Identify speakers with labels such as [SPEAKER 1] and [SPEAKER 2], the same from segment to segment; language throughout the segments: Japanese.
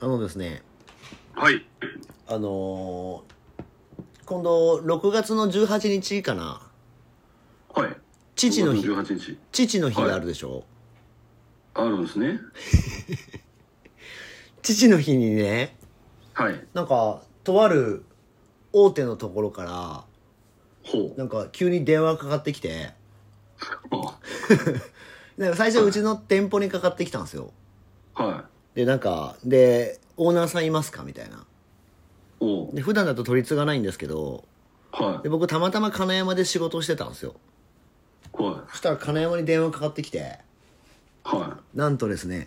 [SPEAKER 1] あのですね、
[SPEAKER 2] はい。
[SPEAKER 1] あのー今度、6月の18日かな。
[SPEAKER 2] はい。
[SPEAKER 1] 父の日、
[SPEAKER 2] 5月18日。
[SPEAKER 1] 父の日があるでしょ、
[SPEAKER 2] あるんですね。
[SPEAKER 1] 父の日にね、
[SPEAKER 2] はい。
[SPEAKER 1] なんか、とある大手のところから、
[SPEAKER 2] ほう。
[SPEAKER 1] なんか急に電話かかってきて、
[SPEAKER 2] あ
[SPEAKER 1] なんか最初うちの店舗にかかってきたんですよ。
[SPEAKER 2] は
[SPEAKER 1] で、なんか、で、オーナーさんいますかみたいな。
[SPEAKER 2] い。おう。
[SPEAKER 1] で、普段だと取り継がないんですけど、
[SPEAKER 2] は
[SPEAKER 1] で、僕たまたま金山で仕事をしてたんですよ。
[SPEAKER 2] い。は
[SPEAKER 1] そしたら金山に電話かかってきて、
[SPEAKER 2] い。はい。
[SPEAKER 1] なんとですね、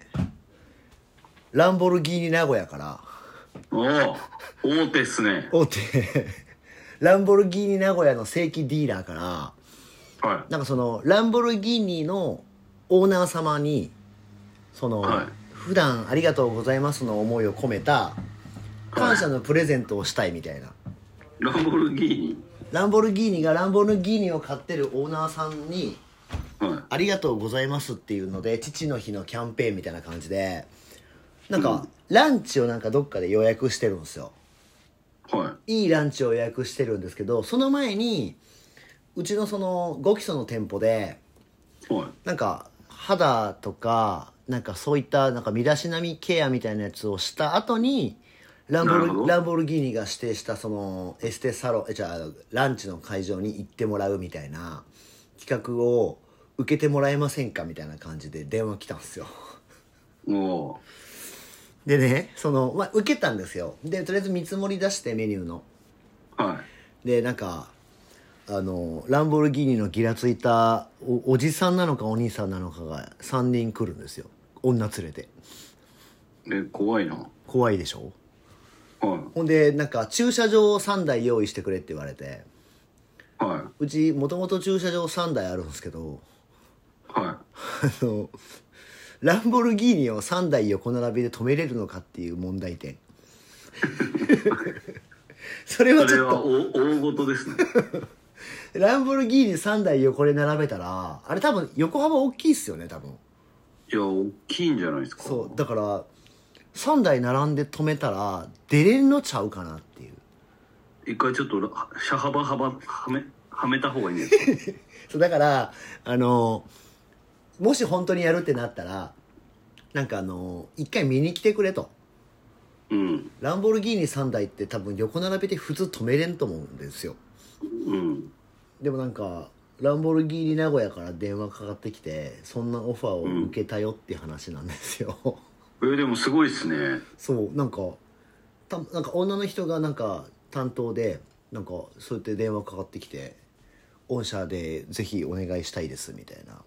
[SPEAKER 1] ランボルギーニ名古屋から、
[SPEAKER 2] おう。大手っすね。
[SPEAKER 1] 大手、 ランボルギーニ名古屋の正規ディーラーから、
[SPEAKER 2] は
[SPEAKER 1] なんかその、ランボルギーニのオーナー様に、その、
[SPEAKER 2] はい
[SPEAKER 1] 普段ありがとうございますの思いを込めた、感謝のプレゼントをしたいみたいな。
[SPEAKER 2] い。ランボルギーニ。
[SPEAKER 1] ランボルギーニがランボルギーニを買ってるオーナーさんに、
[SPEAKER 2] は
[SPEAKER 1] ありがとうございますっていうので、父の日のキャンペーンみたいな感じで、なんか、ランチをなんかどっかで予約してるんですよ。
[SPEAKER 2] い。はい
[SPEAKER 1] いランチを予約してるんですけど、その前に、うちのその、5基礎の店舗で、。
[SPEAKER 2] はい。
[SPEAKER 1] なんか、肌とか、なんかそういった、なんか身だしなみケアみたいなやつをした後に、ランボ
[SPEAKER 2] なるほ
[SPEAKER 1] ル
[SPEAKER 2] ど
[SPEAKER 1] ランボルギーニが指定したそのエステサロンえじゃあランチの会場に行ってもらうみたいな企画を受けてもらえませんかみたいな感じで電話来たんですよ
[SPEAKER 2] おう。
[SPEAKER 1] でねその、まあ、受けたんですよでとりあえず見積もり出してメニューの
[SPEAKER 2] は
[SPEAKER 1] でなんかあのランボルギーニのギラついたおおじさんなのかお兄さんなのかが3人来るんですよ女連れて
[SPEAKER 2] い。え、怖いな。は
[SPEAKER 1] 怖いでしょ
[SPEAKER 2] い。
[SPEAKER 1] ほんでなんか駐車場を3台用意してくれって言われて
[SPEAKER 2] は
[SPEAKER 1] うちもともと駐車場3台あるんですけど
[SPEAKER 2] い。は
[SPEAKER 1] あのランボルギーニを3台横並びで止めれるのかっていう問題 点それ
[SPEAKER 2] い。
[SPEAKER 1] は
[SPEAKER 2] そ
[SPEAKER 1] ち
[SPEAKER 2] れ
[SPEAKER 1] ょっ
[SPEAKER 2] は
[SPEAKER 1] と
[SPEAKER 2] お大事です ね。
[SPEAKER 1] ランボルギーニ3台横で並べたらあれ多分横幅大きいっすよね多分
[SPEAKER 2] いや、大きいんじゃないですか。
[SPEAKER 1] そうだから3台並んで止めたら出れんのちゃうかなっていう
[SPEAKER 2] 一回ちょっとら、車幅幅、はめ、はめた方がいいんじゃないですか。
[SPEAKER 1] そうだからあのもし本当にやるってなったらなんかあの一回見に来てくれと
[SPEAKER 2] うん。
[SPEAKER 1] ランボルギーニ3台って多分横並べて普通止めれんと思うんですよ
[SPEAKER 2] うん。
[SPEAKER 1] でもなんかランボルギーニ名古屋から電話かかってきてそんなオファーを受けたよっていう話なんですよ、
[SPEAKER 2] えでもすごいですね
[SPEAKER 1] そうなんかたなんか女の人がなんか担当でなんかそうやって電話かかってきて「御社でぜひお願いしたいです」みたいな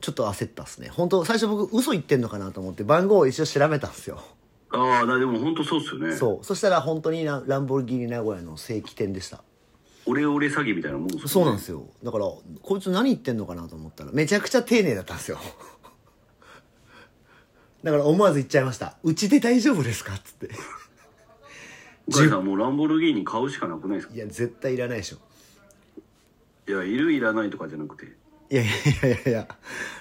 [SPEAKER 1] ちょっと焦ったっすね本当最初僕嘘言ってんのかなと思って番号を一応調べたんですよ
[SPEAKER 2] ああでも本当そうっすよね
[SPEAKER 1] そうそしたら本当にラランボルギーニ名古屋の正規店でした
[SPEAKER 2] オレオレ詐欺みたいなもんです
[SPEAKER 1] そう
[SPEAKER 2] よね
[SPEAKER 1] なんですよだからこいつ何言ってんのかなと思ったらめちゃくちゃ丁寧だったんですよだから思わず言っちゃいました「うちで大丈夫ですか?」っつって
[SPEAKER 2] お母さんもうランボルギーニ買うしかなくないですか
[SPEAKER 1] いや絶対いらないでしょ
[SPEAKER 2] いやいるいらないとかじゃなくて
[SPEAKER 1] いやいやいやいや、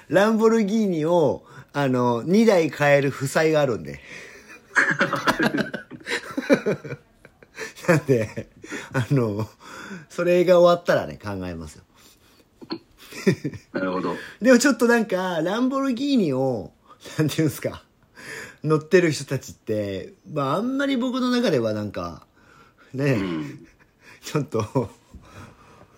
[SPEAKER 1] ランボルギーニを、あの、2台買える負債があるんで。なんで、あの、それが終わったらね、考えますよ。
[SPEAKER 2] なるほど
[SPEAKER 1] でもちょっとなんか、ランボルギーニを、なんていうんですか、乗ってる人たちって、まああんまり僕の中ではなんか、ね、ちょっと、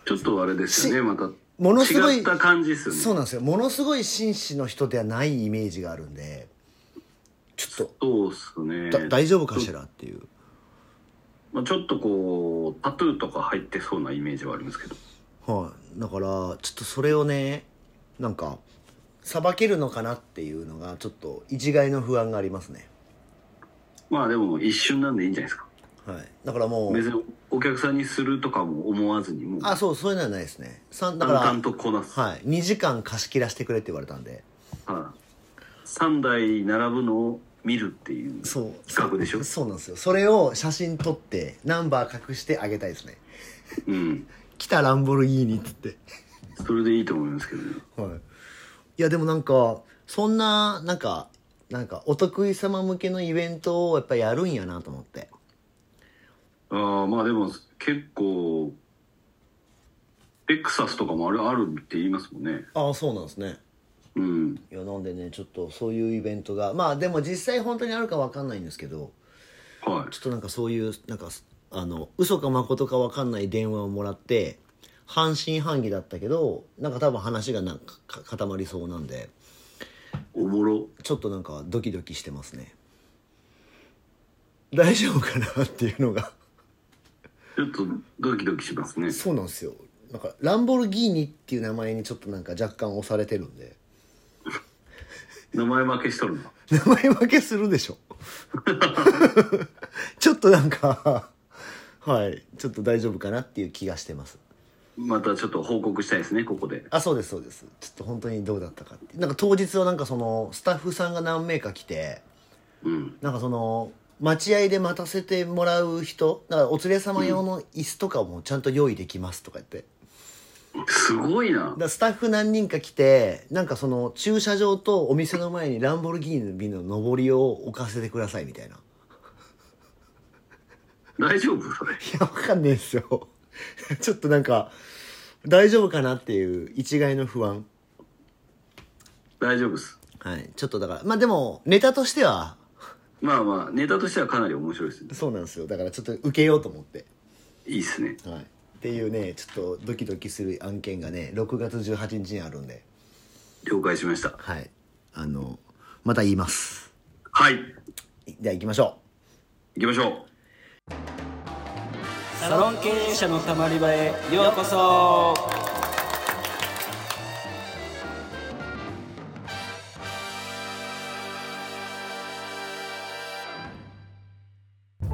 [SPEAKER 2] ちょっとあれですよねまた
[SPEAKER 1] ものすごい
[SPEAKER 2] 違った感じっすよね
[SPEAKER 1] そうなんですよ。ものすごい紳士の人ではないイメージがあるんで、ちょっと、
[SPEAKER 2] そうっすね
[SPEAKER 1] だ大丈夫かしらっていう
[SPEAKER 2] まあ、ちょっとこうタトゥーとか入ってそうなイメージはありますけど
[SPEAKER 1] はいだからちょっとそれをねなんかさばけるのかなっていうのがちょっと一概の不安がありますね
[SPEAKER 2] まあでも一瞬なんでいいんじゃないですか
[SPEAKER 1] はいだからもう
[SPEAKER 2] 別にお客さんにするとかも思わずにもう
[SPEAKER 1] あそうそういうのはないですねさんだ
[SPEAKER 2] 淡
[SPEAKER 1] から
[SPEAKER 2] 々とこなす、
[SPEAKER 1] はい2時間貸し切らせてくれって言われたんで
[SPEAKER 2] はい、3台並ぶのを見るっていう
[SPEAKER 1] そう
[SPEAKER 2] 企画でしょ
[SPEAKER 1] そうなんですよそれを写真撮ってナンバー隠してあげたいですね
[SPEAKER 2] うん
[SPEAKER 1] 来たランボルギーニっつって
[SPEAKER 2] それでいいと思いますけどね
[SPEAKER 1] はい、いやでもなんかそんななんかなんかお得意様向けのイベントをやっぱやるんやなと思って
[SPEAKER 2] ああまあでも結構テクサスとかもあるあるって言いますもんね
[SPEAKER 1] ああそうなんですね
[SPEAKER 2] うん
[SPEAKER 1] いやなんでねちょっとそういうイベントがまあでも実際本当にあるかわかんないんですけど
[SPEAKER 2] はい
[SPEAKER 1] ちょっとなんかそういうなんかあの嘘か誠かわかんない電話をもらって半信半疑だったけどなんか多分話がなんかか固まりそうなんで
[SPEAKER 2] おもろ
[SPEAKER 1] ちょっとなんかドキドキしてますね大丈夫かなっていうのが
[SPEAKER 2] ちょっとドキドキしますね
[SPEAKER 1] そうなんですよなんかランボルギーニっていう名前にちょっとなんか若干押されてるんで
[SPEAKER 2] 名前負けしとるな
[SPEAKER 1] 名前負けするでしょちょっとなんかはいちょっと大丈夫かなっていう気がしてます
[SPEAKER 2] またちょっと報告したいですねここで
[SPEAKER 1] あそうですそうですちょっと本当にどうだったかってなんか当日はなんかそのスタッフさんが何名か来て
[SPEAKER 2] うん
[SPEAKER 1] なんかその待合で待たせてもらう人だからお連れ様用の椅子とかもちゃんと用意できますとか言って、
[SPEAKER 2] すごいな
[SPEAKER 1] だからスタッフ何人か来てなんかその駐車場とお店の前にランボルギーニの上りを置かせてくださいみたいない
[SPEAKER 2] 大丈夫それ
[SPEAKER 1] やわかんねえですよ ちょっとなんか大丈夫かなっていう一概の不安
[SPEAKER 2] 大丈夫です
[SPEAKER 1] はいちょっとだからまあでもネタとしては
[SPEAKER 2] まあまあネタとしてはかなり面白いですね
[SPEAKER 1] そうなんですよだからちょっと受けようと思って
[SPEAKER 2] いいっすね
[SPEAKER 1] はいっていうねちょっとドキドキする案件がね6月18日にあるんで
[SPEAKER 2] 了解しました
[SPEAKER 1] はいあのまた言います
[SPEAKER 2] はい
[SPEAKER 1] では行きましょ
[SPEAKER 2] 行きましょう
[SPEAKER 3] サロン経営者のたまり場へようこそ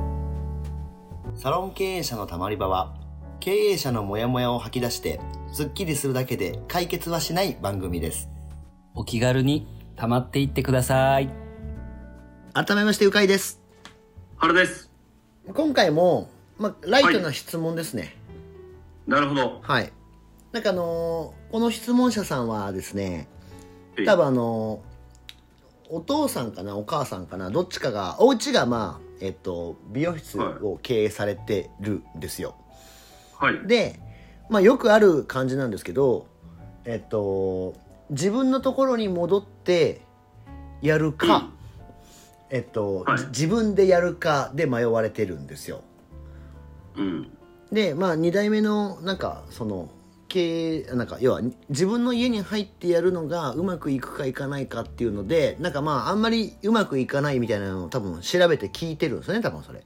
[SPEAKER 1] うサロン経営者のたまり場は経営者のモヤモヤを吐き出してスッキリするだけで解決はしない番組です
[SPEAKER 3] お気軽にたまっていってください
[SPEAKER 1] 改めましてうかいです
[SPEAKER 2] 原です
[SPEAKER 1] 今回も、まあ、ライトな質問ですね
[SPEAKER 2] なるほど
[SPEAKER 1] はい、なんかあのーこの質問者さんはですね多分あのお父さんかなお母さんかなどっちかがお家がまあえっと美容室を経営されてるんですよ、
[SPEAKER 2] はい
[SPEAKER 1] で、まあ、よくある感じなんですけどえっと自分のところに戻ってやるか、えっと、
[SPEAKER 2] はい
[SPEAKER 1] じ自分でやるかで迷われてるんですよ
[SPEAKER 2] うん
[SPEAKER 1] でまあ2代目のなんかその経営なんか要は自分の家に入ってやるのがうまくいくかいかないかっていうのでなんかまああんまりうまくいかないみたいなのを多分調べて聞いてるんですよね多分それ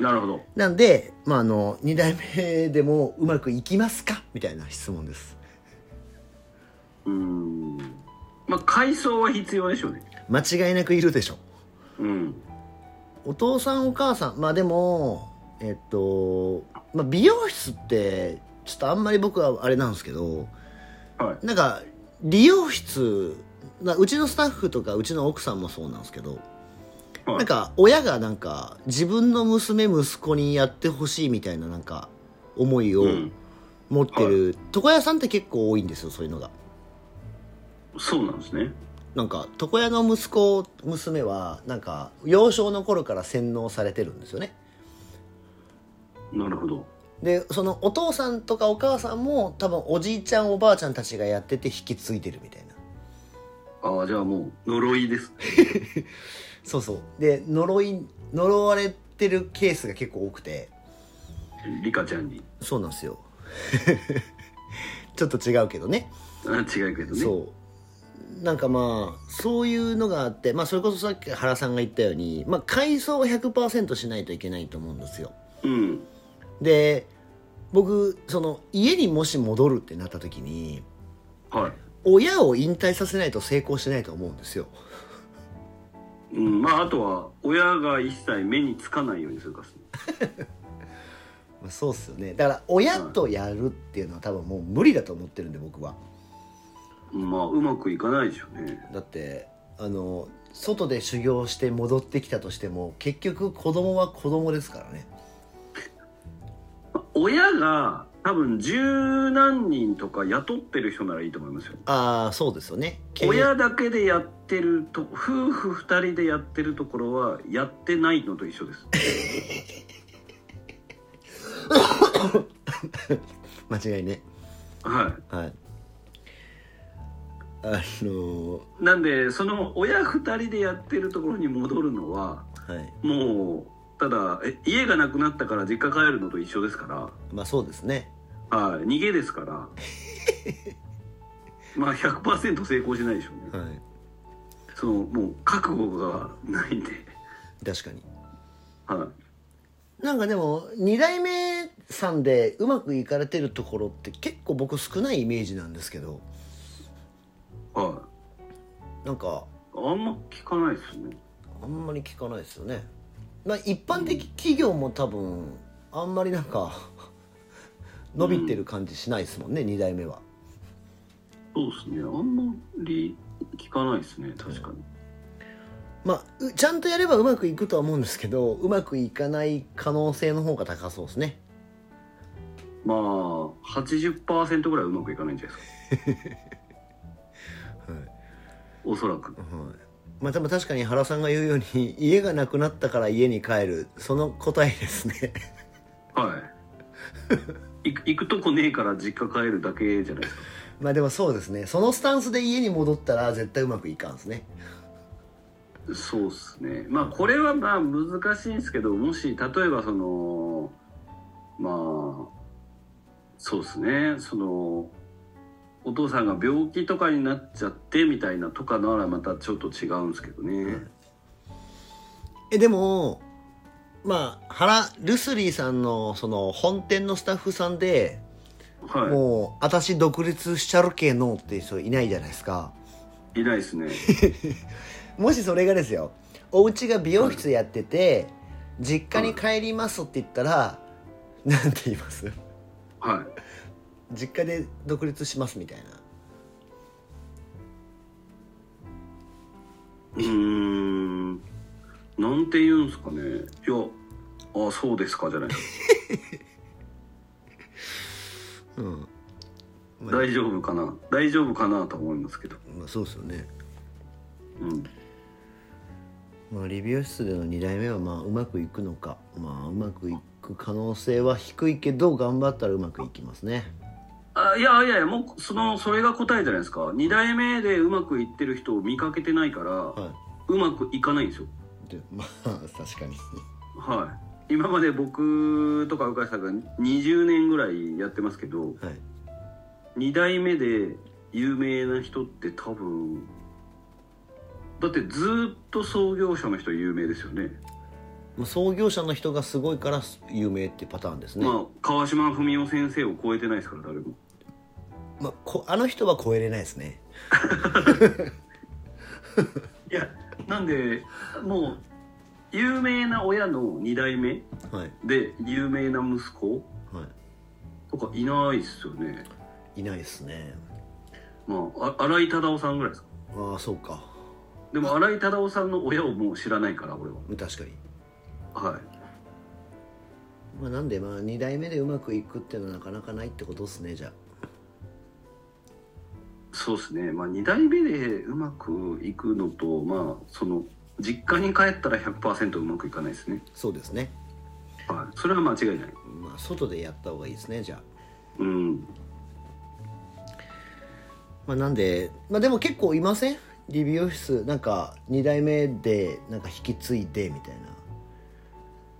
[SPEAKER 2] なるほど
[SPEAKER 1] なんでまああの2代目でもうまくいきますかみたいな質問です
[SPEAKER 2] うーんまあ改装は必要でしょうね
[SPEAKER 1] 間違いなくいるでしょ
[SPEAKER 2] うん
[SPEAKER 1] お父さんお母さんまあでもえっと、まあ、美容室ってちょっとあんまり僕はあれなんですけど
[SPEAKER 2] はい
[SPEAKER 1] なんか理容室なうちのスタッフとかうちの奥さんもそうなんですけど、
[SPEAKER 2] はい
[SPEAKER 1] なんか親がなんか自分の娘息子にやってほしいみたいななんか思いを
[SPEAKER 2] うん
[SPEAKER 1] 持ってる床屋さんって結構多いんですよそういうのが
[SPEAKER 2] そうなんですね
[SPEAKER 1] なんか床屋の息子娘はなんか幼少の頃から洗脳されてるんですよね
[SPEAKER 2] なるほど
[SPEAKER 1] でそのお父さんとかお母さんも多分おじいちゃんおばあちゃんたちがやってて引き継いでるみたいな
[SPEAKER 2] ああじゃあもう呪いです
[SPEAKER 1] そうそうで呪い呪われてるケースが結構多くて
[SPEAKER 2] リカちゃんに
[SPEAKER 1] そうなんですよ ちょっと違うけどね
[SPEAKER 2] あ違うけどね
[SPEAKER 1] そうなんかまあそういうのがあって、まあ、それこそさっき原さんが言ったように、まあ、改装は100%しないといけないと思うんですよ
[SPEAKER 2] うん
[SPEAKER 1] で僕その家にもし戻るってなった時に
[SPEAKER 2] はい
[SPEAKER 1] 親を引退させないと成功しないと思うんですよ
[SPEAKER 2] うん、まああとは親が一切目につかないようにするかっすね
[SPEAKER 1] まあそうっすよねだから親とやるっていうのは多分もう無理だと思ってるんで僕は
[SPEAKER 2] まあうまくいかないでしょうね
[SPEAKER 1] だってあの外で修行して戻ってきたとしても結局子供は子供ですからね
[SPEAKER 2] まあ親が多分十何人とか雇ってる人ならいいと思いますよ
[SPEAKER 1] ああそうですよね経営
[SPEAKER 2] 親だけでやってると夫婦2人でやってるところはやってないのと一緒です
[SPEAKER 1] 間違いね
[SPEAKER 2] は
[SPEAKER 1] はいあのー
[SPEAKER 2] いなんでその親2人でやってるところに戻るのは
[SPEAKER 1] はい
[SPEAKER 2] もうただえ家がなくなったから実家帰るのと一緒ですか
[SPEAKER 1] まあそうですね
[SPEAKER 2] ら、はい、逃げですから まあ100%成功しないでしょ
[SPEAKER 1] は
[SPEAKER 2] うねそのもう覚悟がないんで、
[SPEAKER 1] い確かに
[SPEAKER 2] は
[SPEAKER 1] なんかでも2代目さんでうまくいかれてるところって結構僕少ないイメージなんですけど
[SPEAKER 2] いは
[SPEAKER 1] なんか
[SPEAKER 2] い、あんま聞かないですね
[SPEAKER 1] あんまり聞かないですよねまあ一般的企業も多分あんまりなんか 伸びてる感じしないですもんね、2代目は
[SPEAKER 2] そうですねあんまり聞かないですね確かに、
[SPEAKER 1] まあうちゃんとやればうまくいくとは思うんですけどうまくいかない可能性の方が高そうですね
[SPEAKER 2] まあ80%ぐらいうまくいかないんじゃないですか
[SPEAKER 1] はい
[SPEAKER 2] おそらく
[SPEAKER 1] はいまあでも確かに原さんが言うように 家がなくなったから家に帰るその答えですね
[SPEAKER 2] はい行く行 くとこねえから実家帰るだけじゃないですか
[SPEAKER 1] まあでもそうですねそのスタンスで家に戻ったら絶対うまくいかんですね
[SPEAKER 2] そうですねまあこれはまあ難しいんですけどもし例えばそのまあそうですねそのお父さんが病気とかになっちゃってみたいなとかならまたちょっと違うんですけどね、
[SPEAKER 1] えでもまあ原ルスリーさんのその本店のスタッフさんで、
[SPEAKER 2] はい
[SPEAKER 1] もう私独立しちゃるけのっていう人いないじゃないですか
[SPEAKER 2] いないですね
[SPEAKER 1] もしそれがですよお家が美容室やってて、実家に帰りますって言ったら、なんて言います
[SPEAKER 2] は。
[SPEAKER 1] 実家で独立しますみたいない
[SPEAKER 2] うーん。なんて言うんですかね。いや、あそうですかじゃない。
[SPEAKER 1] うん、まあ
[SPEAKER 2] 大丈夫かな。大丈夫かなと思いますけど。
[SPEAKER 1] まあ、そうですよね
[SPEAKER 2] うん。
[SPEAKER 1] まあ、理美容室での2代目はまあうまくいくのかまあうまくいく可能性は低いけど頑張ったらうまくいきますね
[SPEAKER 2] あいやいやいや、もう、その、それが答えじゃないですか。二代目でうまくいってる人を見かけてないから、
[SPEAKER 1] は
[SPEAKER 2] うまくいかないんですよ。
[SPEAKER 1] いでまあ確かに
[SPEAKER 2] はい。今まで僕とか鵜飼さんが20年ぐらいやってますけど
[SPEAKER 1] はい
[SPEAKER 2] 2代目で有名な人って多分だってずーっと創業者の人有名ですよね
[SPEAKER 1] まあ創業者の人がすごいから有名っていうパターンですね、ま
[SPEAKER 2] まあ川島文夫先生を超えてないですから誰も
[SPEAKER 1] あこあの人は超えれないですね
[SPEAKER 2] いやなんでもう有名な親の2代目
[SPEAKER 1] はい
[SPEAKER 2] で有名な息子
[SPEAKER 1] は
[SPEAKER 2] とかいないっすよね
[SPEAKER 1] いいないですね
[SPEAKER 2] まああ荒井忠夫さんぐらいですか
[SPEAKER 1] ああそうか
[SPEAKER 2] でも荒井忠夫さんの親をもう知らないから俺は
[SPEAKER 1] 確かに、
[SPEAKER 2] はい
[SPEAKER 1] まあ、なんでまあ2代目でうまくいくっていうのはなかなかないってことですねじゃあ
[SPEAKER 2] そうですね、まあ、2代目でうまくいくのと、まあ、その実家に帰ったら100%うまくいかないですね、
[SPEAKER 1] そうですね
[SPEAKER 2] はい、それは間違いない、
[SPEAKER 1] まあ外でやった方がいいですねじゃあ
[SPEAKER 2] うん、
[SPEAKER 1] まあ、なんで、まあ、でも結構いません理美容室なんか2代目でなんか引き継いでみたいな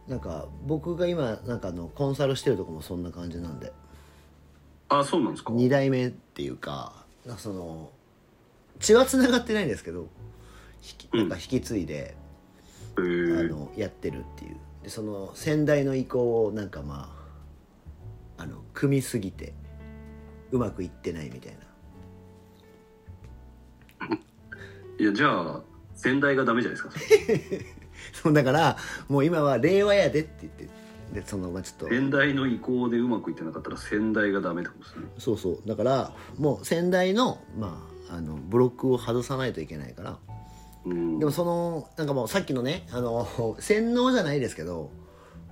[SPEAKER 1] なんか僕が今なんかあのコンサルしてるとこもそんな感じなんで
[SPEAKER 2] あそうなんですか、
[SPEAKER 1] 2代目っていうかなんかその血は繋がってないんですけど引きなんか引き継いで、
[SPEAKER 2] え
[SPEAKER 1] あ
[SPEAKER 2] ー、
[SPEAKER 1] のやってるっていうでその先代の意向をなんかまああの組みすぎてうまくいってないみたいない
[SPEAKER 2] やじゃあ先代がダメじゃないですかそれ
[SPEAKER 1] そうだからもう今は令和やでって言ってでそのまあちょっと
[SPEAKER 2] 先代の意向でうまくいってなかったら先代がダメってことですね
[SPEAKER 1] そうそうだからもう先代の,、まあ、あのブロックを外さないといけないから
[SPEAKER 2] うん
[SPEAKER 1] でもそのなんかもうさっきのねあの 洗脳じゃないですけど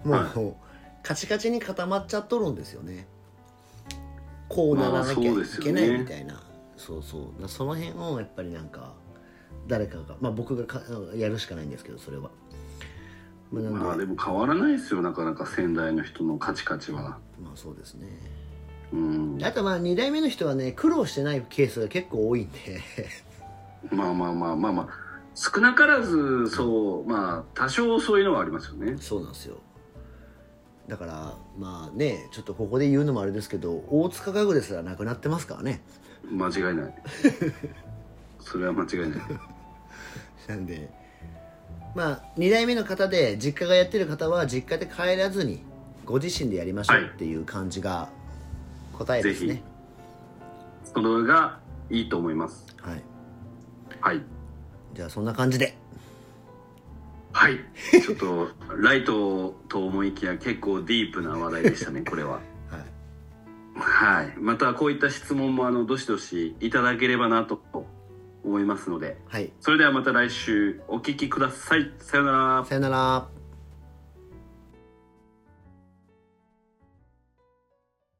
[SPEAKER 1] もう、
[SPEAKER 2] は
[SPEAKER 1] カチカチに固まっちゃっとるんですよねこうならなきゃい
[SPEAKER 2] まあそうです
[SPEAKER 1] け
[SPEAKER 2] よ
[SPEAKER 1] ない
[SPEAKER 2] ね
[SPEAKER 1] みたいな、そうそうだからその辺をやっぱりなんか誰かがまあ僕がかやるしかないんですけどそれは、まあ、なんで,、
[SPEAKER 2] まあでも変わらないですよなかなか仙台の人のカチカチは
[SPEAKER 1] まあそうですね
[SPEAKER 2] うん
[SPEAKER 1] あとまあ2代目の人はね苦労してないケースが結構多いんで
[SPEAKER 2] まあまあまあまあまあ少なからずそうまあ多少そういうのはありますよね
[SPEAKER 1] そうなんですよだからまあねちょっとここで言うのもあれですけど大塚家具ですらなくなってますからね
[SPEAKER 2] 間違いない それは間違いない
[SPEAKER 1] なんでまあ2代目の方で実家がやってる方は実家で帰らずにご自身でやりましょうっていう感じが答えですね、
[SPEAKER 2] そのがいいと思います
[SPEAKER 1] はい
[SPEAKER 2] はい
[SPEAKER 1] じゃあそんな感じで
[SPEAKER 2] はいちょっとライトと思いきや結構ディープな話題で したねこれは
[SPEAKER 1] はい
[SPEAKER 2] はいまたこういった質問もあのどしどしいただければなと思いますので
[SPEAKER 1] はい
[SPEAKER 2] それではまた来週お聞きくださいさようなら
[SPEAKER 1] さよなら